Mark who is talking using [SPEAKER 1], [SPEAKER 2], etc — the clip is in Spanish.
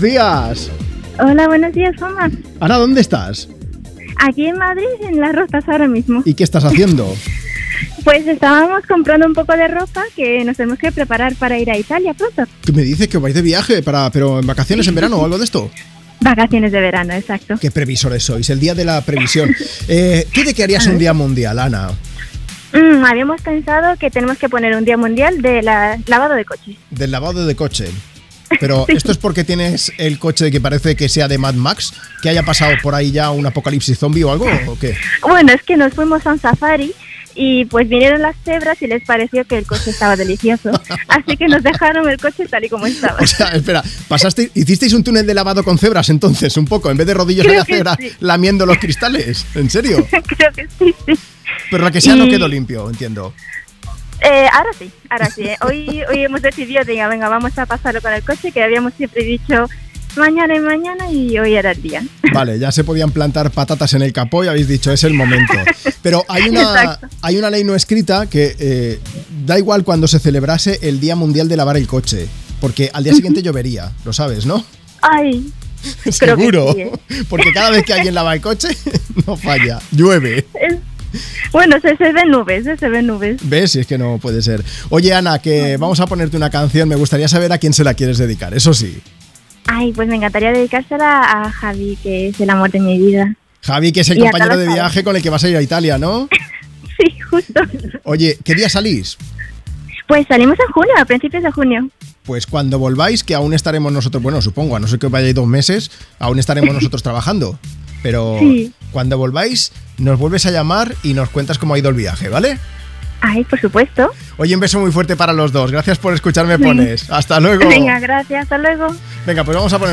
[SPEAKER 1] Buenos días.
[SPEAKER 2] Hola, buenos días, Omar.
[SPEAKER 1] Ana, ¿dónde estás?
[SPEAKER 2] Aquí en Madrid, en las rozas ahora mismo.
[SPEAKER 1] ¿Y qué estás haciendo?
[SPEAKER 2] Pues estábamos comprando un poco de ropa que nos tenemos que preparar para ir a Italia pronto.
[SPEAKER 1] Tú me dices que vais de viaje, para, pero en vacaciones, en verano o algo de esto.
[SPEAKER 2] Vacaciones de verano, exacto.
[SPEAKER 1] Qué previsores sois, el día de la previsión. Eh, ¿Tú de qué harías un día mundial, Ana?
[SPEAKER 2] Mm, habíamos pensado que tenemos que poner un día mundial de la- lavado de coches.
[SPEAKER 1] Del lavado de coche. Pero esto es porque tienes el coche que parece que sea de Mad Max, que haya pasado por ahí ya un apocalipsis zombie o algo, ¿o qué?
[SPEAKER 2] Bueno, es que nos fuimos a un safari y pues vinieron las cebras y les pareció que el coche estaba delicioso. Así que nos dejaron el coche tal y como estaba.
[SPEAKER 1] O sea, espera, pasaste, hicisteis un túnel de lavado con cebras entonces, un poco, en vez de rodillos
[SPEAKER 2] Creo
[SPEAKER 1] había
[SPEAKER 2] que
[SPEAKER 1] cebras
[SPEAKER 2] sí.
[SPEAKER 1] lamiendo los cristales, ¿en serio?
[SPEAKER 2] Creo que sí, sí.
[SPEAKER 1] Pero la que sea no
[SPEAKER 2] Y-
[SPEAKER 1] quedó limpio, entiendo.
[SPEAKER 2] Eh, ahora sí, ahora sí. eh. Hoy, hoy hemos decidido, diga, venga, vamos a pasarlo con el coche, que habíamos siempre dicho mañana y mañana y hoy era el día.
[SPEAKER 1] Vale, ya se podían plantar patatas en el capó y habéis dicho, es el momento. Pero hay una,
[SPEAKER 2] Exacto.
[SPEAKER 1] hay una ley no escrita que eh, da igual cuando se celebrase el Día Mundial de Lavar el Coche, porque al día siguiente llovería, lo sabes, ¿no?
[SPEAKER 2] Ay, Creo que
[SPEAKER 1] Seguro,
[SPEAKER 2] sí, ¿eh?
[SPEAKER 1] porque cada vez que alguien lava el coche, no falla, llueve.
[SPEAKER 2] es- bueno, se, se ven nubes, eh, se ven nubes.
[SPEAKER 1] ¿Ves? Si es que no puede ser. Oye, Ana, que vamos a ponerte una canción, me gustaría saber a quién se la quieres dedicar, eso sí.
[SPEAKER 2] Ay, pues me encantaría dedicársela a Javi, que es el amor de mi vida.
[SPEAKER 1] Javi, que es el
[SPEAKER 2] Y acá
[SPEAKER 1] compañero
[SPEAKER 2] lo
[SPEAKER 1] de
[SPEAKER 2] sabes.
[SPEAKER 1] viaje con el que vas a ir a Italia, ¿no?
[SPEAKER 2] Sí, justo.
[SPEAKER 1] Oye, ¿qué día salís?
[SPEAKER 2] Pues salimos en junio, a principios de junio.
[SPEAKER 1] Pues cuando volváis, que aún estaremos nosotros, bueno, supongo, a no ser que os vayáis dos meses, aún estaremos nosotros trabajando. Pero
[SPEAKER 2] Sí.
[SPEAKER 1] cuando volváis, nos vuelves a llamar y nos cuentas cómo ha ido el viaje, ¿vale?
[SPEAKER 2] Ay, por supuesto.
[SPEAKER 1] Oye, un beso muy fuerte para los dos. Gracias por escucharme, pones. Hasta luego.
[SPEAKER 2] Venga, gracias, hasta luego.
[SPEAKER 1] Venga, pues vamos a poner